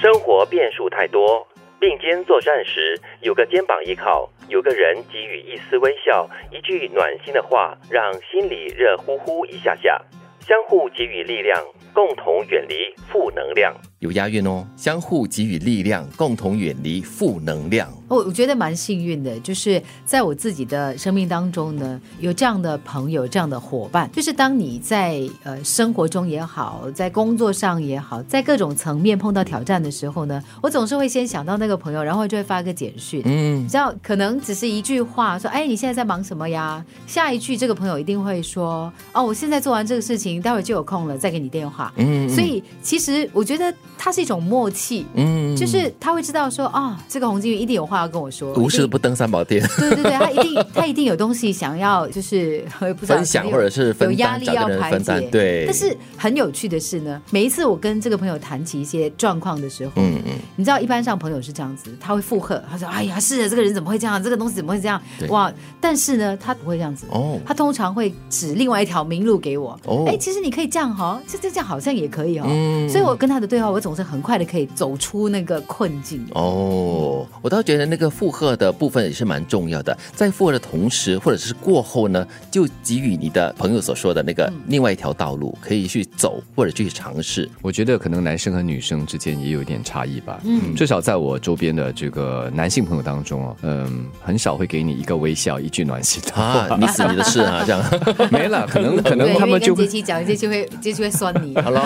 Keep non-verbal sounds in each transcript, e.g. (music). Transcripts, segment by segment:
生活变数太多，并肩作战时有个肩膀依靠，有个人给予一丝微笑，一句暖心的话，让心里热乎乎一下下。相互给予力量，共同远离负能量。有押韵哦，相互给予力量，共同远离负能量。哦我我觉得蛮幸运的，就是在我自己的生命当中呢，有这样的朋友，这样的伙伴。就是当你在呃生活中也好，在工作上也好，在各种层面碰到挑战的时候呢，我总是会先想到那个朋友，然后就会发个简讯。嗯你，知道，可能只是一句话，说：“哎，你现在在忙什么呀？”下一句，这个朋友一定会说：“哦，我现在做完这个事情，待会儿就有空了，再给你电话。”嗯所以，其实我觉得它是一种默契，嗯就是他会知道说：“啊、这个洪金玉一定有话要跟我说。”无一事定不登三宝殿，对对对，他一定他一定有东西想要就是呃不知道分享有或者是分有压担，力找要个人排分解担，。对。但是很有趣的是呢，每一次我跟这个朋友谈起一些状况的时候，嗯嗯，你知道一般上朋友是这样子，他会附和，他说：“哎呀，是的，这个人怎么会这样？这个东西怎么会这样对？”哇！但是呢，他不会这样子，哦他通常会指另外一条明路给我。哦哎，其实你可以这样哈、哦，这这这样好像也可以哦。嗯所以我跟他的对话，我总是很快的可以走出那个困境。哦，我倒觉得那个附和的部分也是蛮重要的，在附和的同时，或者是过后呢，就给予你的朋友所说的那个另外一条道路，可以去走或者去尝试。我觉得可能男生和女生之间也有一点差异吧。嗯至少在我周边的这个男性朋友当中哦，嗯，很少会给你一个微笑，一句暖心的 (laughs) 话。啊，你死你的事啊，这样。没了，(laughs) 可能可对，能因他为们跟就杰会，西讲，杰西会 (laughs) 杰西会酸你。好了，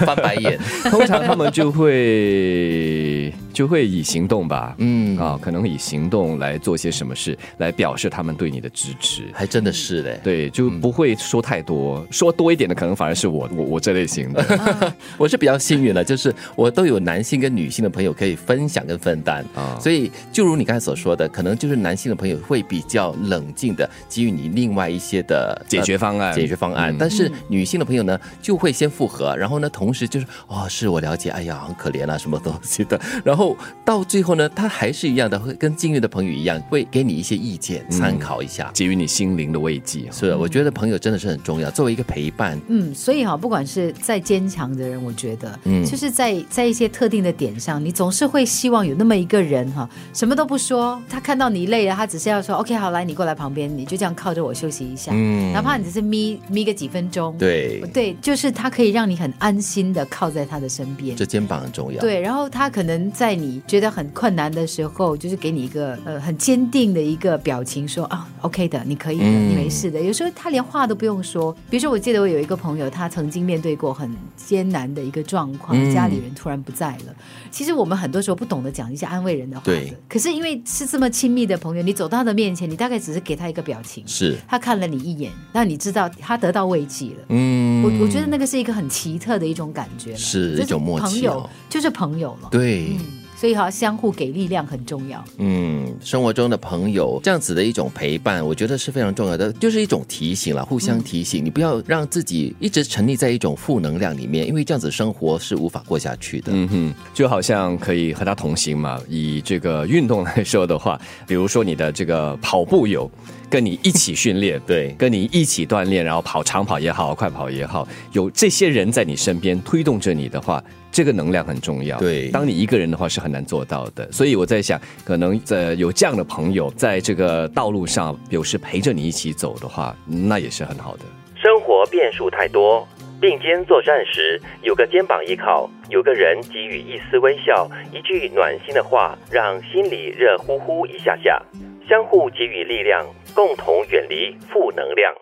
翻白眼。通常他们就会就会以行动吧，嗯啊，可能以行动来做些什么事，来表示他们对你的支持。还真的是嘞。对，就不会说太多，说多一点的可能反而是我我我这类 (laughs) 型的我是比较幸运的，就是我都有男性跟女性的朋友可以分享跟分担啊所以就如你刚才所说的，可能就是男性的朋友会比较冷静的给予你另外一些的呃解决方案。解决方案，嗯但是女性的朋友呢，就会先复合，然后呢，同时就是哦，是我了解，哎呀，很可怜啊，什么东西的，然后到最后呢，他还是一样的，会跟幸运的朋友一样，会给你一些意见，参考一下。给予你心灵的慰藉。是，我觉得朋友真的是很重要，作为一个陪伴，嗯，所以哈、不管是再坚强的人，我觉得，嗯就是在在一些特定的点上，你总是会希望有那么一个人哈、什么都不说，他看到你累了，他只是要说 OK，好，来你过来旁边，你就这样靠着我休息一下，嗯哪怕你只是眯眯个几分钟，对，对，就是他可以让你很安心的靠在他的身边这。肩膀很重要。，对，然后他可能在你觉得很困难的时候，就是给你一个呃很坚定的一个表情说，啊 OK 的，你可以的，嗯你没事的。有时候他连话都不用说，比如说我记得我有一个朋友，他曾经面对过很艰难的一个状况，嗯家里人突然不在了。其实我们很多时候不懂得讲一些安慰人的话的对可是因为是这么亲密的朋友，你走到他的面前，你大概只是给他一个表情，是，他看了你一眼，那你知道他得到慰藉了。嗯我我觉得那个是一个很奇特的一种感觉了，是就是一种默朋契友哦就是朋友了。对。嗯，所以哈，相互给力量很重要。嗯，生活中的朋友这样子的一种陪伴，我觉得是非常重要的，就是一种提醒了，互相嗯提醒，你不要让自己一直沉溺在一种负能量里面，因为这样子生活是无法过下去的。嗯哼，就好像可以和他同行嘛。以这个运动来说的话，比如说你的这个跑步友，跟你一起训练，对跟你一起锻炼，然后跑长跑也好，快跑也好，有这些人在你身边推动着你的话，这个能量很重要。对当你一个人的话是很难做到的。所以我在想，可能在有这样的朋友在这个道路上，有时陪着你一起走的话，那也是很好的。生活变数太多，并肩作战时有个肩膀依靠，有个人给予一丝微笑，一句暖心的话，让心里热乎乎一下下。相互给予力量，共同远离负能量。